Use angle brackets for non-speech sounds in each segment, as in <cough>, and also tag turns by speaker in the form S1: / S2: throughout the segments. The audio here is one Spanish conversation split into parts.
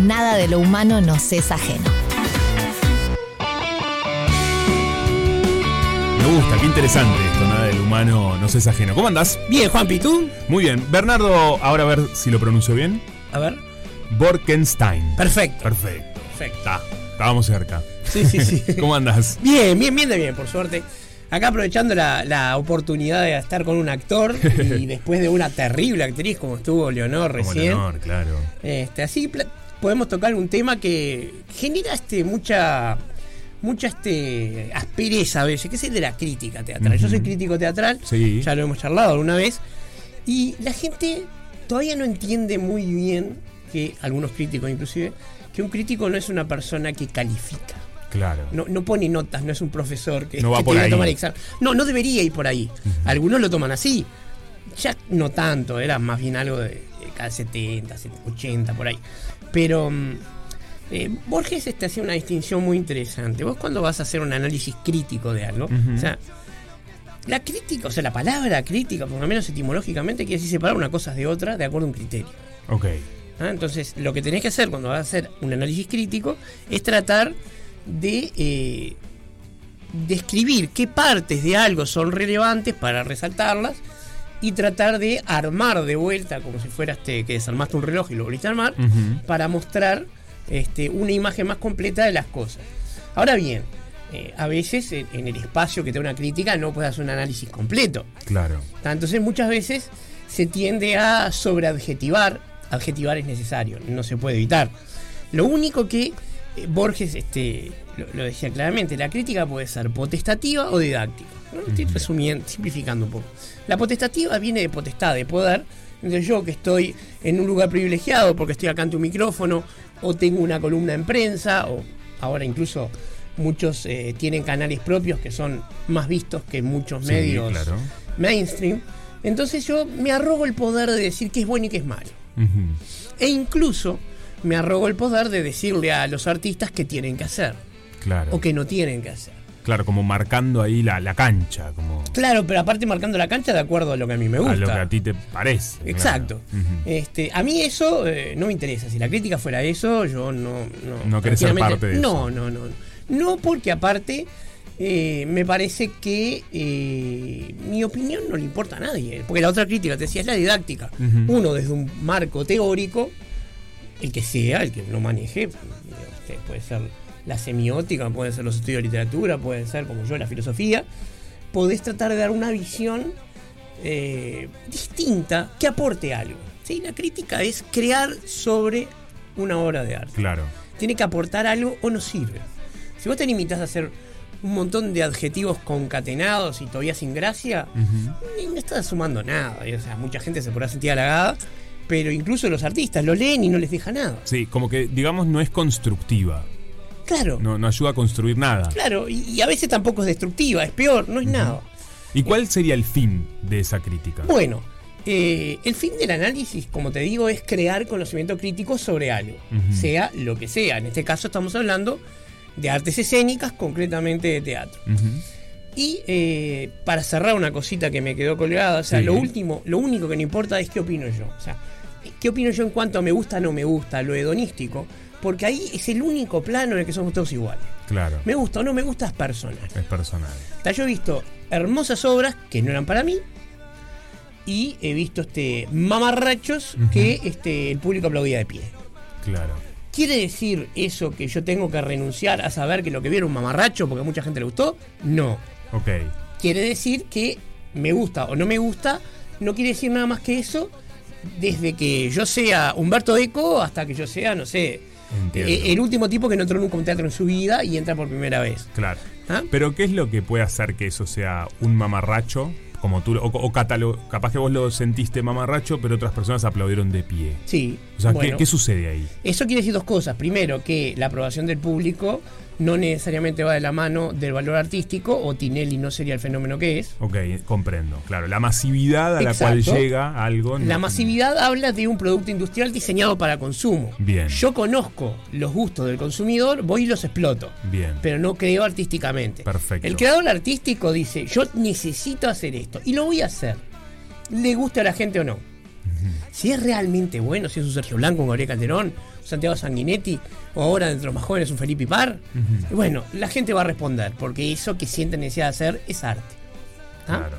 S1: nada de lo humano nos es ajeno.
S2: Me gusta, qué interesante esto, nada del humano no es ajeno. ¿Cómo andás?
S3: Bien, Juan Pitú.
S2: Muy bien. Bernardo, ahora a ver si lo pronuncio bien.
S3: A ver.
S2: Borkenstein.
S3: Perfecto.
S2: Perfecto.
S3: Perfecto.
S2: Está, estábamos cerca.
S3: Sí,
S2: <laughs>
S3: sí, sí.
S2: ¿Cómo andás?
S3: Bien, bien, bien de bien, por suerte. Acá aprovechando la, la oportunidad de estar con un actor
S2: <laughs>
S3: y después de una terrible actriz como estuvo Leonor
S2: Como
S3: <laughs> recién.
S2: Leonor, claro.
S3: Este, así que pla- podemos tocar un tema que genera este mucha mucha este aspereza a veces, que es el de la crítica teatral. Yo soy
S2: Ujú.
S3: crítico teatral,
S2: Sí.
S3: ya lo hemos charlado alguna vez, y la gente todavía no entiende muy bien que algunos críticos inclusive que un crítico no es una persona que califica.
S2: Claro.
S3: No, no pone notas, no es un profesor que,
S2: No va
S3: que te
S2: por
S3: viene a
S2: ahí.
S3: tomar el examen. No, no debería ir por ahí. Algunos lo toman así. Ya no tanto, era más bien algo de, de cada 70, 80, por ahí. Pero mm, eh, Borges este, hacía una distinción muy interesante. Vos cuando vas a hacer un análisis crítico de algo,
S2: Ujú.
S3: o sea, la crítica, o sea, la palabra crítica, por lo menos etimológicamente, quiere decir separar una cosa de otra de acuerdo a un criterio.
S2: Ok.
S3: ¿Ah? Entonces, lo que tenés que hacer cuando vas a hacer un análisis crítico es tratar de eh, describir qué partes de algo son relevantes para resaltarlas y tratar de armar de vuelta, como si fuera este, que desarmaste un reloj y lo volviste a armar,
S2: Ujú.
S3: para mostrar este, una imagen más completa de las cosas. Ahora bien, eh, a veces en, en el espacio que te da una crítica no puedes hacer un análisis completo.
S2: Claro.
S3: Ta, Entonces muchas veces se tiende a sobreadjetivar. Adjetivar es necesario, no se puede evitar. Lo único que eh, Borges este, lo, lo decía claramente, la crítica puede ser potestativa o didáctica. ¿no? Estoy resumiendo, simplificando un poco. La potestativa viene de potestad, de poder. Entonces yo que estoy en un lugar privilegiado porque estoy acá ante un micrófono o tengo una columna en prensa o ahora incluso muchos eh, tienen canales propios que son más vistos que muchos
S2: Sí,
S3: medios
S2: claro.
S3: mainstream. Entonces yo me arrogo el poder de decir qué es bueno y qué es malo.
S2: Ujú.
S3: E incluso me arrogo el poder de decirle a los artistas qué tienen que hacer
S2: Claro.
S3: o qué no tienen que hacer.
S2: Claro, como marcando ahí la, la cancha, como
S3: Claro, pero aparte marcando la cancha de acuerdo a lo que a mí me gusta.
S2: a lo que a ti te parece. claro.
S3: Exacto.
S2: Ujú.
S3: este, a mí eso eh, no me interesa. Si la crítica fuera eso, yo no... No,
S2: No querés ser
S3: tranquilamente-
S2: parte de
S3: No, no, no. No porque aparte eh, me parece que eh, mi opinión no le importa a nadie. Porque la otra crítica, te decía, es la didáctica.
S2: Ujú.
S3: Uno desde un marco teórico, el que sea, el que no maneje, digamos, que puede ser la semiótica, pueden ser los estudios de literatura, pueden ser, como yo, la filosofía, podés tratar de dar una visión eh, distinta que aporte algo. ¿sí? La crítica es crear sobre una obra de arte.
S2: Claro.
S3: Tiene que aportar algo o no sirve. Si vos te limitas a hacer un montón de adjetivos concatenados y todavía sin gracia,
S2: Ujú.
S3: y no está sumando nada. y, O sea, mucha gente se podrá sentir halagada, pero incluso los artistas lo leen y no les deja nada.
S2: Sí, como que, digamos, no es constructiva.
S3: Claro,
S2: No, no ayuda a construir nada.
S3: claro, y, y a veces tampoco es destructiva, es peor, no es nada.
S2: ¿Y cuál sería el fin de esa crítica?
S3: Bueno, eh, el fin del análisis, como te digo, es crear conocimiento crítico sobre algo,
S2: Ujú.
S3: sea lo que sea. En este caso estamos hablando de artes escénicas, concretamente de teatro.
S2: Ujú.
S3: Y eh, para cerrar una cosita que me quedó colgada, o sea,
S2: Sí.
S3: lo último, lo único que no importa es qué opino yo. O sea, qué opino yo en cuanto a me gusta, no me gusta, lo hedonístico, porque ahí es el único plano en el que somos todos iguales.
S2: Claro.
S3: Me gusta o no me gusta es personal.
S2: Es personal.
S3: O sea, yo he visto hermosas obras que no eran para mí y he visto este mamarrachos
S2: Ujú.
S3: que este, el público aplaudía de pie.
S2: Claro.
S3: ¿Quiere decir eso que yo tengo que renunciar a saber que lo que vi era un mamarracho porque a mucha gente le gustó? No.
S2: Ok.
S3: Quiere decir que me gusta o no me gusta, no quiere decir nada más que eso desde que yo sea Humberto Eco hasta que yo sea, no sé,
S2: Entiendo.
S3: eh, el último tipo que no entró nunca a un teatro en su vida y entra por primera vez.
S2: Claro.
S3: ¿Ah?
S2: Pero ¿qué es lo que puede hacer que eso sea un mamarracho? Como tú, lo- o, o catalo- capaz que vos lo sentiste mamarracho, pero otras personas aplaudieron de pie.
S3: Sí.
S2: O sea, ¿qué-
S3: bueno.
S2: ¿qué, sucede ahí?
S3: Eso quiere decir dos cosas. Primero, que la aprobación del público no necesariamente va de la mano del valor artístico, o Tinelli no sería el fenómeno que es.
S2: Ok, comprendo. Claro, la masividad a la
S3: Exacto.
S2: cual llega algo. no-
S3: La masividad habla de un producto industrial diseñado para consumo.
S2: Bien.
S3: Yo conozco los gustos del consumidor, voy y los exploto,
S2: Bien.
S3: pero no creo artísticamente.
S2: Perfecto.
S3: El creador artístico dice, yo necesito hacer esto, y lo voy a hacer. Le gusta a la gente o no. Si es realmente bueno, si es un Sergio Blanco, un Gabriel Calderón, Santiago Sanguinetti, o ahora dentro de los más jóvenes un Felipe Par.
S2: Ujú.
S3: Bueno, la gente va a responder, porque eso que sienten necesidad de hacer es arte. ¿Ah?
S2: Claro.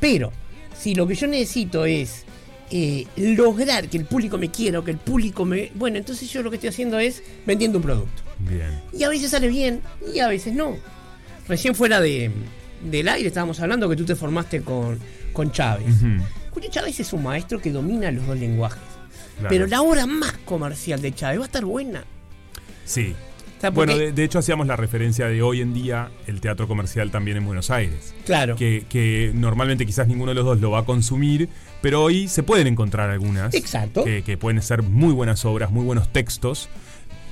S3: Pero, si lo que yo necesito es eh, lograr que el público me quiera o que el público me. Bueno, entonces yo lo que estoy haciendo es vendiendo un producto.
S2: Bien.
S3: Y a veces sale bien y a veces no. Recién fuera de, del aire estábamos hablando que tú te formaste con, con Chávez.
S2: Ujú.
S3: Julio Chávez es un maestro que domina los dos lenguajes.
S2: Claro.
S3: Pero la obra más comercial de Chávez va a estar buena.
S2: Sí.
S3: O sea,
S2: Bueno,
S3: porque-
S2: de, de hecho hacíamos la referencia de hoy en día el teatro comercial también en Buenos Aires.
S3: claro.
S2: Que, que normalmente quizás ninguno de los dos lo va a consumir, pero hoy se pueden encontrar algunas.
S3: Exacto.
S2: Que, que pueden ser muy buenas obras, muy buenos textos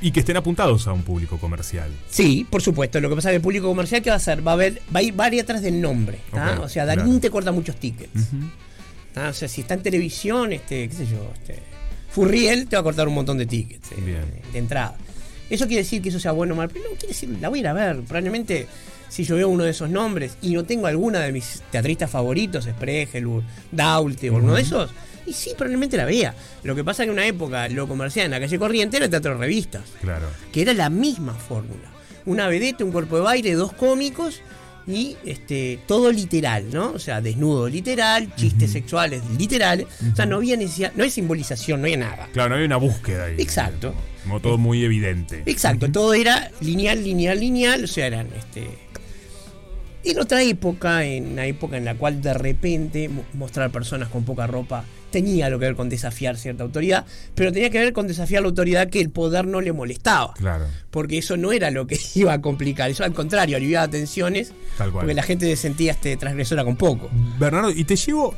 S2: y que estén apuntados a un público comercial.
S3: Sí, por supuesto. Lo que pasa es que el público comercial, ¿qué va a hacer? Va a, ver, va a ir va a ir atrás del nombre. ¿tá?
S2: Ok,
S3: o sea, Darín
S2: claro.
S3: te corta muchos tickets. ¿tá? O sea, si está en televisión, este, qué sé yo, este, Furriel te va a cortar un montón de tickets eh,
S2: Bien.
S3: de entrada. Eso quiere decir que eso sea bueno o mal, pero no quiere decir, la voy a ir a ver. Probablemente si yo veo uno de esos nombres y no tengo alguna de mis teatristas favoritos, Sprechel, o Daulte o alguno de esos, y sí, probablemente la vea. Lo que pasa es que en una época lo comercial en la calle corriente era teatro de revistas
S2: Claro.
S3: que era la misma fórmula. Una vedette, un cuerpo de baile, dos cómicos y este todo literal, ¿no? O sea, desnudo literal, chistes sexuales literales. O sea, no había necesidad, no hay simbolización, no hay nada.
S2: Claro, no hay una búsqueda ahí.
S3: Exacto.
S2: Como todo muy evidente.
S3: Exacto, todo era lineal, lineal, lineal, o sea, eran este en otra época, en una época en la cual de repente mo- mostrar personas con poca ropa tenía lo que ver con desafiar cierta autoridad, pero tenía que ver con desafiar la autoridad que el poder no le molestaba.
S2: Claro.
S3: porque eso no era lo que <laughs> iba a complicar, eso al contrario, aliviaba tensiones,
S2: Tal cual.
S3: porque la gente se sentía este, transgresora con poco.
S2: Bernardo, y te llevo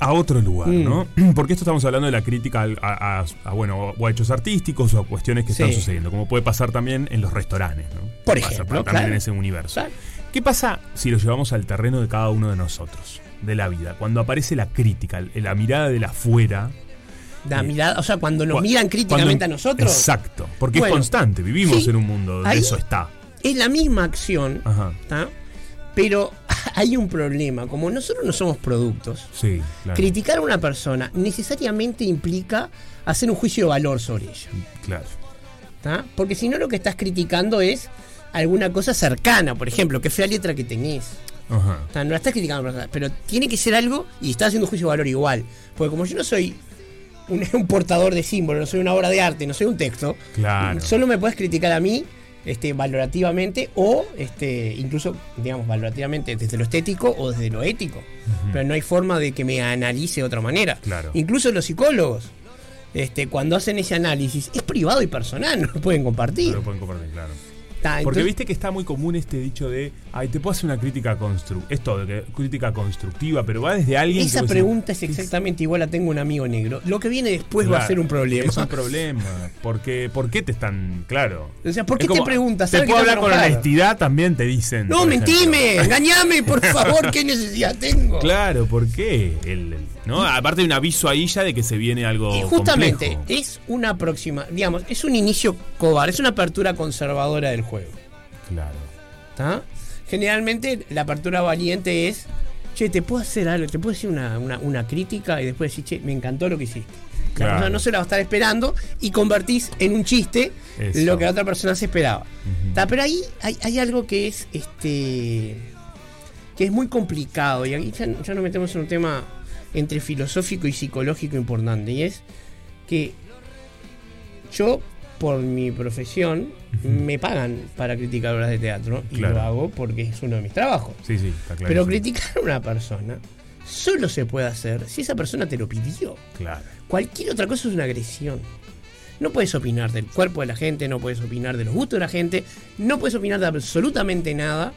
S2: a otro lugar,
S3: Mm.
S2: ¿no? <clears throat> Porque esto estamos hablando de la crítica al- a, a- a, bueno, o a hechos artísticos o a cuestiones que están
S3: Sí.
S2: sucediendo, como puede pasar también en los restaurantes, ¿no?
S3: Por
S2: Pasa
S3: ejemplo,
S2: también
S3: claro.
S2: en ese universo.
S3: Claro.
S2: ¿Qué pasa si lo llevamos al terreno de cada uno de nosotros, de la vida? Cuando aparece la crítica, el- la mirada de la afuera.
S3: La
S2: Bien.
S3: mirada, o sea, cuando nos
S2: cua-
S3: miran críticamente
S2: cuando-
S3: a nosotros,
S2: Exacto, porque
S3: Bueno.
S2: es constante, vivimos
S3: Sí.
S2: en un mundo donde
S3: Ahí-
S2: eso está.
S3: es la misma acción,
S2: Ajá.
S3: ¿tá? pero <laughs> hay un problema, como nosotros no somos productos,
S2: Sí, claro.
S3: criticar a una persona necesariamente implica hacer un juicio de valor sobre ella,
S2: Claro.
S3: ¿tá? porque si no lo que estás criticando es alguna cosa cercana, por ejemplo, qué fea letra que tenés.
S2: Ajá.
S3: O sea, no la estás criticando, pero- pero tiene que ser algo y está haciendo un juicio de valor igual. Porque como yo no soy un, <laughs> un portador de símbolos, no soy una obra de arte, no soy un texto,
S2: Claro.
S3: solo me puedes criticar a mí este, valorativamente o este, incluso, digamos, valorativamente desde lo estético o desde lo ético. Pero no hay forma de que me analice de otra manera.
S2: Claro.
S3: Incluso los psicólogos, este, cuando hacen ese análisis, es privado y personal, <laughs> no lo pueden compartir.
S2: No lo pueden compartir, claro.
S3: Ta,
S2: Porque
S3: Ah, entonces-
S2: viste que está muy común este dicho de, ay, te puedo hacer una crítica constructiva. Esto, de que- crítica constructiva, pero va desde alguien. que
S3: Esa
S2: vos decís,
S3: pregunta es exactamente igual a tengo un amigo negro. Lo que viene después va a
S2: claro,
S3: ser un problema.
S2: Es un problema. Porque, ¿Por qué te están, claro?
S3: O sea, ¿por
S2: Es
S3: qué te
S2: como,
S3: preguntas?
S2: Te
S3: ¿Sabes
S2: puedo
S3: que te
S2: hablar con
S3: enojaron?
S2: honestidad, también te dicen.
S3: No,
S2: por ejemplo.
S3: mentime, engañame, por favor, qué necesidad tengo.
S2: Claro, ¿por qué? El- el- ¿no? Aparte hay un aviso ahí ya de que se viene algo
S3: Y justamente
S2: complejo.
S3: es una próxima, digamos, es un inicio cobarde, es una apertura conservadora del juego.
S2: Claro.
S3: ¿tá? Generalmente la apertura valiente es, che, te puedo hacer algo, te puedo decir una, una- una crítica y después decir, che, me encantó lo que hiciste. La
S2: Claro.
S3: persona no se la va a estar esperando y convertís en un chiste
S2: Eso.
S3: lo que la otra persona se esperaba.
S2: Ujú.
S3: ¿Tá? Pero ahí hay, hay algo que es este que es muy complicado y aquí ya, ya nos metemos en un tema entre filosófico y psicológico importante y es que yo por mi profesión me pagan para criticar obras de teatro y
S2: Claro.
S3: lo hago porque es uno de mis trabajos.
S2: Sí, sí, está claro.
S3: Pero
S2: sí.
S3: criticar a una persona solo se puede hacer si esa persona te lo pidió.
S2: Claro.
S3: Cualquier otra cosa es una agresión. No puedes opinar del cuerpo de la gente, no puedes opinar de los gustos de la gente, no puedes opinar de absolutamente nada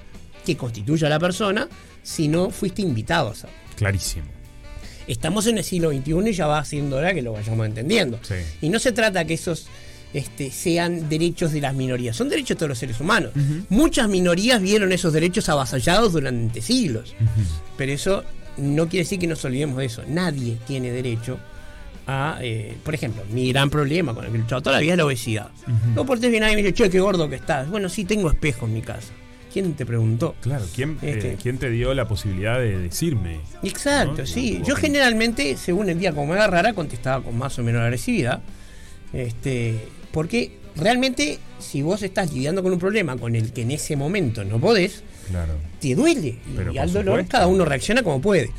S3: que constituya a la persona si no fuiste invitado a hacerlo.
S2: Clarísimo.
S3: Estamos en el siglo XXI y ya va siendo hora que lo vayamos entendiendo.
S2: Sí.
S3: Y no se trata que esos este, sean derechos de las minorías, son derechos de todos los seres humanos. Muchas minorías vieron esos derechos avasallados durante siglos. Pero eso no quiere decir que nos olvidemos de eso. Nadie tiene derecho a, eh, por ejemplo, mi gran problema con el que he luchado toda la vida es la obesidad. No por bien nadie me dice, che, qué gordo que estás. Bueno, sí, tengo espejo en mi casa. ¿Quién te preguntó?
S2: Claro, ¿quién, eh,
S3: Este.
S2: ¿quién te dio la posibilidad de decirme?
S3: Exacto,
S2: ¿no?
S3: sí.
S2: Como-
S3: Yo generalmente, según el día como me agarrara, contestaba con más o menos agresividad. Este, porque realmente, si vos estás lidiando con un problema con el que en ese momento no podés,
S2: Claro.
S3: te duele. Y
S2: Pero por
S3: al dolor
S2: supuesto.
S3: cada uno reacciona como puede.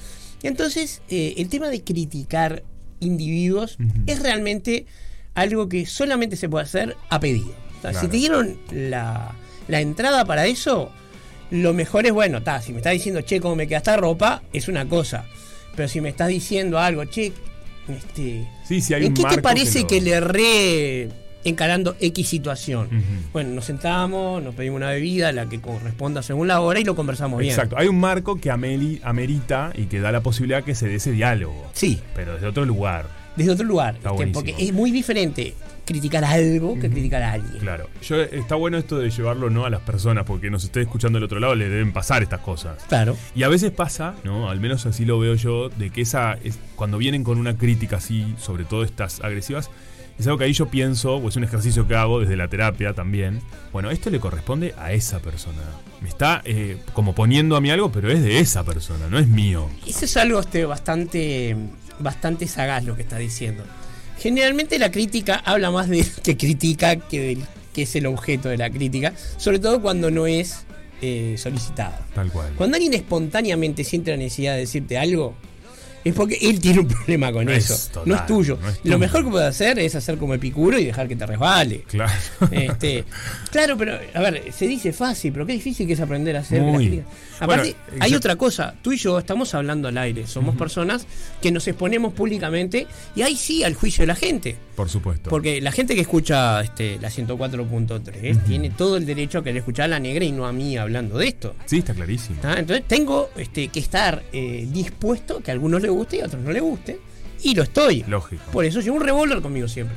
S3: Entonces, eh, el tema de criticar individuos
S2: Ujú.
S3: es realmente algo que solamente se puede hacer a pedido. O sea, Si
S2: Claro.
S3: te dieron la, la entrada para eso, lo mejor es, bueno, ta, si me estás diciendo, che, cómo me queda esta ropa, es una cosa. Pero si me estás diciendo algo, che, este,
S2: Sí, sí, hay
S3: ¿En
S2: un
S3: qué te
S2: marco
S3: parece
S2: lo-
S3: que, le erré encarando X situación?
S2: Ujú.
S3: Bueno, nos sentamos, nos pedimos una bebida, la que corresponda según la hora, y lo conversamos bien.
S2: Exacto. Hay un marco que ameli- amerita y que da la posibilidad que se dé ese diálogo.
S3: Sí,
S2: Pero desde otro lugar.
S3: desde otro lugar.
S2: Está
S3: este,
S2: buenísimo.
S3: porque es muy diferente criticar algo que criticar a alguien.
S2: Claro. Yo, está bueno esto de llevarlo no a las personas, porque nos esté escuchando del otro lado, le deben pasar estas cosas.
S3: Claro.
S2: Y a veces pasa, ¿no? Al menos así lo veo yo, de que esa. es- cuando vienen con una crítica así, sobre todo estas agresivas, es algo que ahí yo pienso, o es un ejercicio que hago desde la terapia también. Bueno, esto le corresponde a esa persona. Me está eh, como poniendo a mí algo, pero es de esa persona, no es mío.
S3: Eso es algo este, bastante, bastante sagaz lo que está diciendo. Generalmente la crítica habla más del <laughs> que critica que del que es el objeto de la crítica, sobre todo cuando no es eh, solicitado.
S2: Tal cual.
S3: Cuando alguien espontáneamente siente la necesidad de decirte algo, es porque él tiene un problema con
S2: Es
S3: eso.
S2: total,
S3: no es tuyo.
S2: no es tuyo.
S3: Lo mejor que puedes hacer es hacer como Epicuro y dejar que te resbale.
S2: Claro.
S3: Este, claro, pero a ver, se dice fácil, pero qué difícil que es aprender a hacer.
S2: Muy.
S3: críticas. Aparte,
S2: Bueno,
S3: hay
S2: yo-
S3: otra cosa. Tú y yo estamos hablando al aire. Somos personas que nos exponemos públicamente y ahí sí al juicio de la gente.
S2: <laughs> Por supuesto.
S3: Porque la gente que escucha este, la 104.3 tiene todo el derecho a querer escuchar a la negra y no a mí hablando de esto.
S2: Sí, está clarísimo.
S3: ¿tá? ¿Ah? Entonces tengo este, que estar eh, dispuesto a que a algunos les guste y a otros no les guste. Y lo estoy.
S2: Lógico. <laughs>
S3: Por eso llevo un revólver conmigo siempre.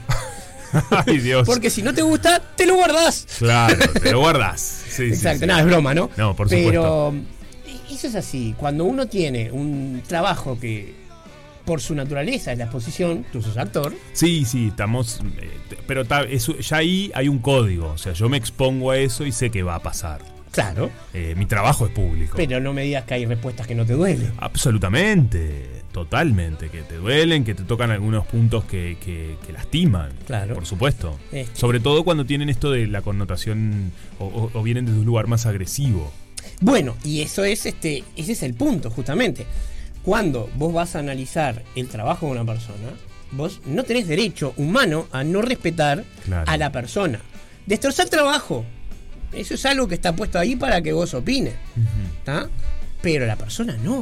S2: Ay, Dios.
S3: Porque si no te gusta, te lo guardás.
S2: Claro, te lo guardas. Sí, sí,
S3: Exacto,
S2: sí.
S3: nada, es broma, ¿no?
S2: No, por
S3: Pero mm, eso es así. Cuando uno tiene un trabajo que por su naturaleza es la exposición, tú sos actor,
S2: Sí, sí, estamos. eh, te- pero ta- eso- ya ahí hay un código. O sea, yo me expongo a eso y sé que va a pasar.
S3: claro,
S2: Eh, mi trabajo es público.
S3: pero no me digas que hay respuestas que no te duelen.
S2: Absolutamente, totalmente. Que te duelen, que te tocan algunos puntos que, que- que lastiman.
S3: Claro.
S2: Por supuesto.
S3: Este.
S2: Sobre todo cuando tienen esto de la connotación o, o- o vienen desde un lugar más agresivo.
S3: Bueno, y eso es este, ese es el punto, justamente. Cuando vos vas a analizar el trabajo de una persona, vos no tenés derecho humano a no respetar
S2: Claro.
S3: a la persona. Destrozar trabajo. Eso es algo que está puesto ahí para que vos opines. ¿tá? Pero la persona no.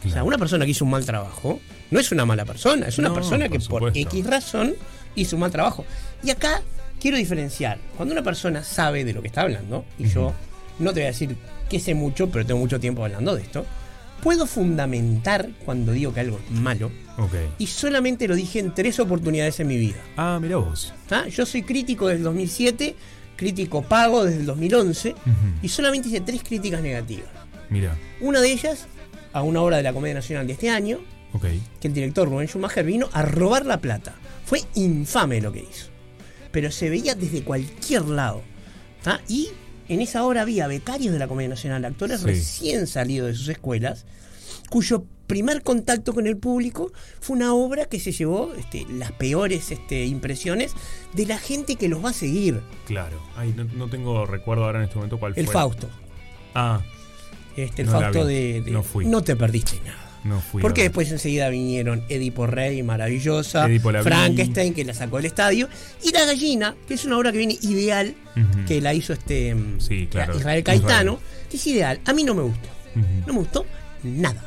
S3: O sea,
S2: Claro.
S3: una persona que hizo un mal trabajo no es una mala persona, es una
S2: No,
S3: persona que
S2: por
S3: por
S2: supuesto.
S3: X razón hizo un mal trabajo. Y acá quiero diferenciar. Cuando una persona sabe de lo que está hablando, y yo no te voy a decir que sé mucho, pero tengo mucho tiempo hablando de esto, puedo fundamentar cuando digo que algo es malo.
S2: Ok.
S3: Y solamente lo dije en tres oportunidades en mi vida.
S2: Ah, mira vos.
S3: ¿tá? Yo soy crítico desde el 2007, crítico pago desde el 2011, y solamente hice tres críticas negativas.
S2: Mira.
S3: Una de ellas, a una obra de la Comedia Nacional de este año,
S2: Ok.
S3: que el director Rubén Schumacher vino a robar la plata. Fue infame lo que hizo. Pero se veía desde cualquier lado. ¿tá? Y en esa hora había becarios de la Comedia Nacional, actores
S2: Sí.
S3: recién salidos de sus escuelas, cuyo primer contacto con el público fue una obra que se llevó este, las peores este, impresiones de la gente que los va a seguir.
S2: Claro. Ay, no, no tengo recuerdo ahora en este momento cuál fue.
S3: El Fausto.
S2: Ah,
S3: Este, el
S2: No la
S3: Fausto
S2: vi.
S3: de, de-
S2: No fui.
S3: No te perdiste nada.
S2: no fui. a
S3: Porque
S2: ver.
S3: después enseguida vinieron Edipo Rey, maravillosa,
S2: Edipo la vi.
S3: Frankenstein, que la sacó del estadio, y La Gallina, que es una obra que viene ideal,
S2: Ujú.
S3: que la hizo este mm,
S2: Sí, claro,
S3: Israel Caetano, que es ideal. A mí no me gustó,
S2: Ujú.
S3: no me gustó nada.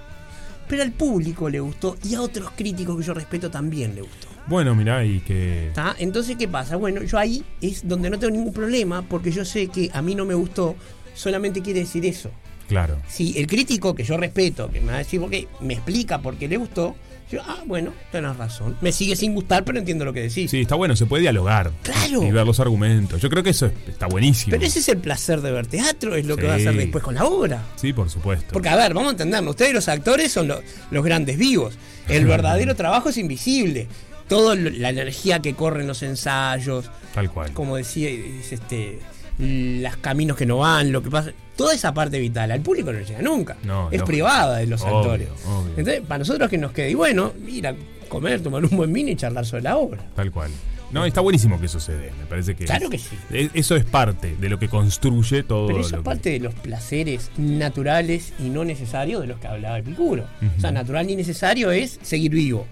S3: Pero al público le gustó y a otros críticos que yo respeto también le gustó.
S2: Bueno, mirá, y que.
S3: ¿Está? Entonces, ¿qué pasa? Bueno, yo ahí es donde no tengo ningún problema porque yo sé que a mí no me gustó, solamente quiere decir eso.
S2: Claro.
S3: Si el crítico que yo respeto, que me va a decir porque me explica por qué le gustó, yo, ah, bueno, tenés razón. Me sigue sin gustar, pero entiendo lo que decís.
S2: Sí, está bueno, se puede dialogar.
S3: Claro.
S2: Y ver los argumentos. Yo creo que eso es- está buenísimo.
S3: Pero ese es el placer de ver teatro, es lo que
S2: Sí.
S3: va a hacer después con la obra.
S2: Sí, por supuesto.
S3: Porque, a ver, vamos a entendernos, ustedes los actores son lo- los grandes vivos. El verdadero trabajo es invisible. Toda lo- la energía que corren los ensayos,
S2: Tal cual.
S3: como decía, es este los caminos que no van, lo que pasa, toda esa parte vital, al público no le llega nunca.
S2: No,
S3: es
S2: lógico.
S3: privada de los
S2: Obvio,
S3: actores.
S2: obvio.
S3: Entonces, para nosotros que nos quede, y bueno, ir a comer, tomar un buen vino y charlar sobre la obra.
S2: Tal cual. No, está buenísimo que eso se dé, me parece que.
S3: Claro que sí.
S2: es- eso es parte de lo que construye todo.
S3: Pero eso
S2: lo
S3: es
S2: que-
S3: parte de los placeres naturales y no necesarios de los que hablaba Epicuro. O sea, natural y necesario es seguir vivo.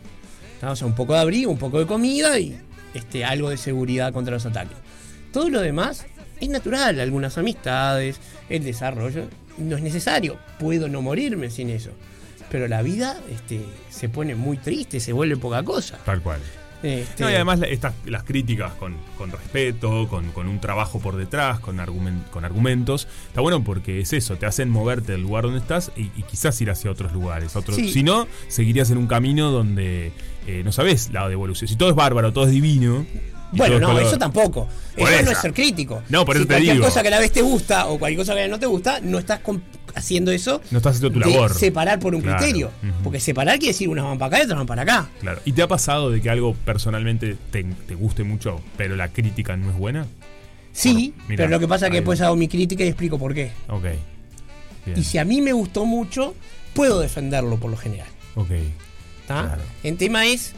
S3: ¿no? O sea, un poco de abrigo, un poco de comida y este, algo de seguridad contra los ataques. Todo lo demás es natural, algunas amistades, el desarrollo, no es necesario. Puedo no morirme sin eso. Pero la vida este, se pone muy triste, se vuelve poca cosa.
S2: Tal cual.
S3: Este,
S2: No, y además la- estas, las críticas con, con respeto, con, con un trabajo por detrás, con, argumen- con argumentos, está bueno porque es eso, te hacen moverte del lugar donde estás y, y quizás ir hacia otros lugares. Otros,
S3: Sí.
S2: Si no, seguirías en un camino donde eh, no sabes la devolución. Si todo es bárbaro, todo es divino. y todo
S3: Bueno,
S2: es
S3: no,
S2: color-
S3: eso tampoco.
S2: Por
S3: Eso, no
S2: eso.
S3: es ser crítico.
S2: No, por
S3: Si
S2: eso te
S3: cualquier
S2: digo.
S3: cosa que a la vez te gusta o cualquier cosa que no te gusta, no estás com- haciendo eso.
S2: No estás haciendo tu
S3: de
S2: labor.
S3: Separar por un
S2: Claro.
S3: criterio.
S2: Ujú.
S3: Porque separar quiere decir unas van para acá y otras van para acá.
S2: Claro. ¿Y te ha pasado de que algo personalmente te, te guste mucho, pero la crítica no es buena?
S3: Sí,
S2: Por- mira,
S3: pero lo que pasa es que
S2: ahí
S3: después
S2: va.
S3: hago mi crítica y explico por qué.
S2: Ok. Bien.
S3: Y si a mí me gustó mucho, puedo defenderlo por lo general.
S2: Ok.
S3: ¿tá?
S2: Claro.
S3: El tema es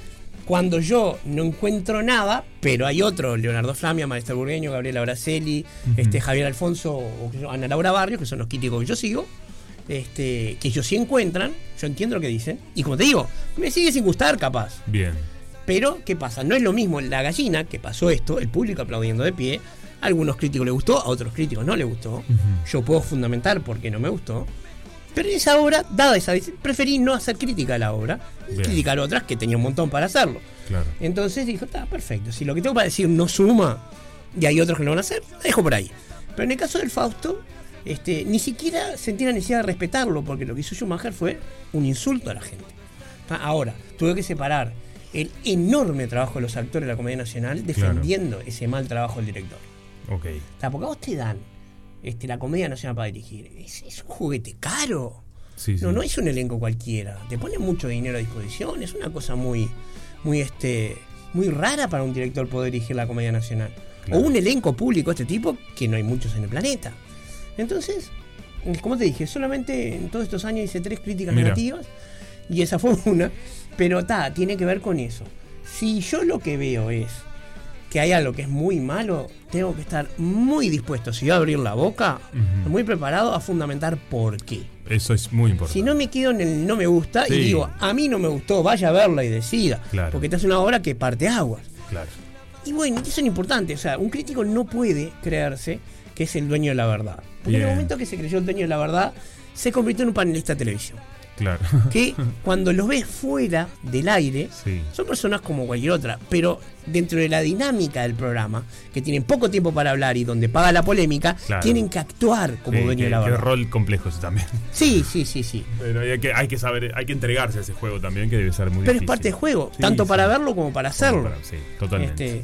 S3: cuando yo no encuentro nada, pero hay otro, Leonardo Flamia, Maestro Burgueño, Gabriela Braceli, este, Javier Alfonso o qué sé yo, Ana Laura Barrios, que son los críticos que yo sigo, este, que ellos sí encuentran, yo entiendo lo que dicen, y como te digo, me sigue sin gustar capaz.
S2: Bien.
S3: Pero, ¿qué pasa? No es lo mismo la gallina, que pasó esto, el público aplaudiendo de pie. A algunos críticos le gustó, a otros críticos no le gustó. Yo puedo fundamentar por qué no me gustó. Pero en esa obra, dada esa decisión, preferí no hacer crítica a la obra y
S2: Bien.
S3: criticar otras que tenía un montón para hacerlo.
S2: Claro.
S3: Entonces dijo, está perfecto. Si lo que tengo para decir no suma y hay otros que lo van a hacer, la dejo por ahí. Pero en el caso del Fausto, este, ni siquiera sentí la necesidad de respetarlo, porque lo que hizo Schumacher fue un insulto a la gente. Ah, Ahora, tuve que separar el enorme trabajo de los actores de la Comedia Nacional defendiendo ese mal trabajo del director.
S2: Ok.
S3: O sea, porque a vos te dan este, la Comedia Nacional para dirigir. Es, es un juguete caro.
S2: Sí, sí.
S3: No, no es un elenco cualquiera. Te ponen mucho dinero a disposición. Es una cosa muy, muy, este, muy rara para un director poder dirigir la comedia nacional.
S2: Claro.
S3: O un elenco público de este tipo, que no hay muchos en el planeta. Entonces, eh, como te dije, solamente en todos estos años hice tres críticas
S2: Mira.
S3: negativas y esa fue <laughs> una. Pero ta, tiene que ver con eso. Si yo lo que veo es que hay algo que es muy malo, tengo que estar muy dispuesto, si voy a abrir la boca,
S2: Ujú.
S3: muy preparado a fundamentar por qué.
S2: Eso es muy importante.
S3: Si no me quedo en el no me gusta
S2: Sí.
S3: y digo, a mí no me gustó, vaya a verla y decida.
S2: Claro.
S3: Porque te hace una obra que parte aguas.
S2: Claro.
S3: Y bueno, eso es importante. O sea, un crítico no puede creerse que es el dueño de la verdad. Porque en
S2: Bien.
S3: el momento que se creyó el dueño de la verdad, se convirtió en un panelista de televisión.
S2: Claro. <laughs>
S3: Que cuando los ves fuera del aire,
S2: Sí.
S3: son personas como cualquier otra, pero dentro de la dinámica del programa, que tienen poco tiempo para hablar y donde paga la polémica,
S2: Claro.
S3: tienen que actuar como
S2: Eh,
S3: dueño de
S2: qué-
S3: la
S2: qué
S3: verdad.
S2: rol complejo ese también. <laughs>
S3: Sí, sí, sí, sí.
S2: Pero hay que, hay que saber, hay que entregarse a ese juego también, que debe ser muy
S3: Pero es
S2: difícil.
S3: parte del juego,
S2: Sí,
S3: tanto
S2: sí.
S3: para verlo como para hacerlo.
S2: Para- Sí, totalmente.
S3: Este,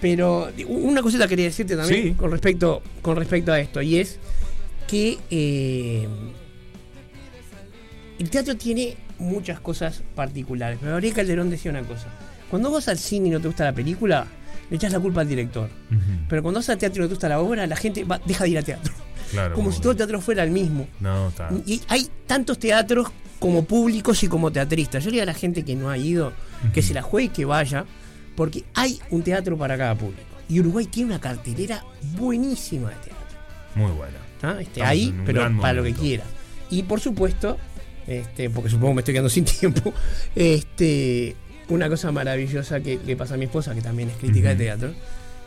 S3: pero di- una cosita quería decirte también
S2: Sí.
S3: con, respecto, con respecto a esto, y es que eh, el teatro tiene muchas cosas particulares. Pero Gabriel Calderón decía una cosa. Cuando vas al cine y no te gusta la película, le echas la culpa al director.
S2: Ujú,
S3: Pero cuando vas al teatro y no te gusta la obra, la gente va- deja de ir al teatro.
S2: claro,
S3: Como si todo el teatro fuera el mismo.
S2: No, está.
S3: Y hay tantos teatros como públicos y como teatristas. Yo le digo a la gente que no ha ido, que se la juegue y que vaya, porque hay un teatro para cada público. Y Uruguay tiene una cartelera buenísima de teatro.
S2: Muy buena.
S3: ¿tá? Este,
S2: Estamos
S3: ahí,
S2: en un
S3: pero para
S2: gran
S3: lo que
S2: momento.
S3: quieras. Y por supuesto, este, porque supongo que me estoy quedando <laughs> sin tiempo, este, una cosa maravillosa que le pasa a mi esposa, que también es crítica
S2: Ujú.
S3: de teatro,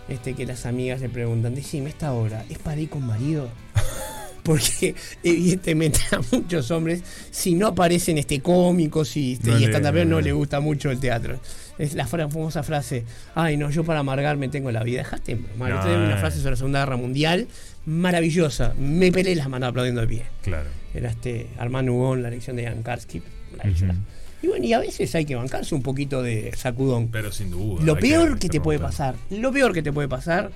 S3: este, que las amigas le preguntan, decime, esta obra es para ir con marido.
S2: <laughs>
S3: Porque evidentemente a muchos hombres, si no aparecen este cómicos y, este,
S2: No
S3: y
S2: le-
S3: stand no,
S2: no.
S3: le gusta mucho el teatro. Es la fra- famosa frase, ay no, yo para amargarme tengo la vida. Dejate, en broma. Yo te doy una
S2: Ay.
S3: frase sobre la Segunda Guerra Mundial maravillosa. Me pelé las manos aplaudiendo de pie.
S2: Claro.
S3: Era este Armand Hugon, la elección de Jan Karski.
S2: Ujú.
S3: Y bueno, y a veces hay que bancarse un poquito de sacudón.
S2: Pero sin duda.
S3: Lo
S2: hay
S3: peor que te
S2: romper.
S3: puede pasar, lo peor que te puede pasar,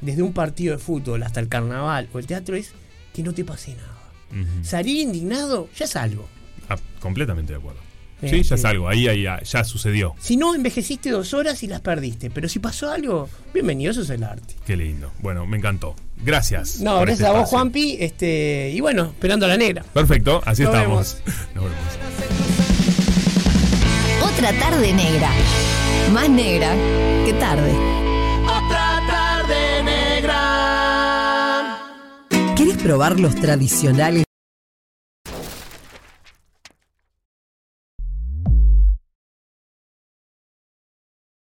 S3: desde un partido de fútbol hasta el carnaval o el teatro, es que no te pase nada.
S2: Ujú.
S3: Salir indignado ya es algo.
S2: Ah, completamente de acuerdo.
S3: Eh,
S2: sí, ya
S3: sí.
S2: salgo. Ahí, ahí, ah, ya sucedió.
S3: Si no, envejeciste dos horas y las perdiste. Pero si pasó algo, bienvenido, eso es el arte.
S2: Qué lindo. Bueno, me encantó. Gracias.
S3: No,
S2: por
S3: gracias
S2: este
S3: a vos,
S2: espacio.
S3: Juanpi. Este, y bueno, esperando a la negra.
S2: Perfecto, así <laughs>
S3: Nos
S2: estamos. Nos vemos.
S1: Otra tarde negra. Más negra que tarde.
S4: Otra tarde negra.
S5: ¿Querés probar los tradicionales?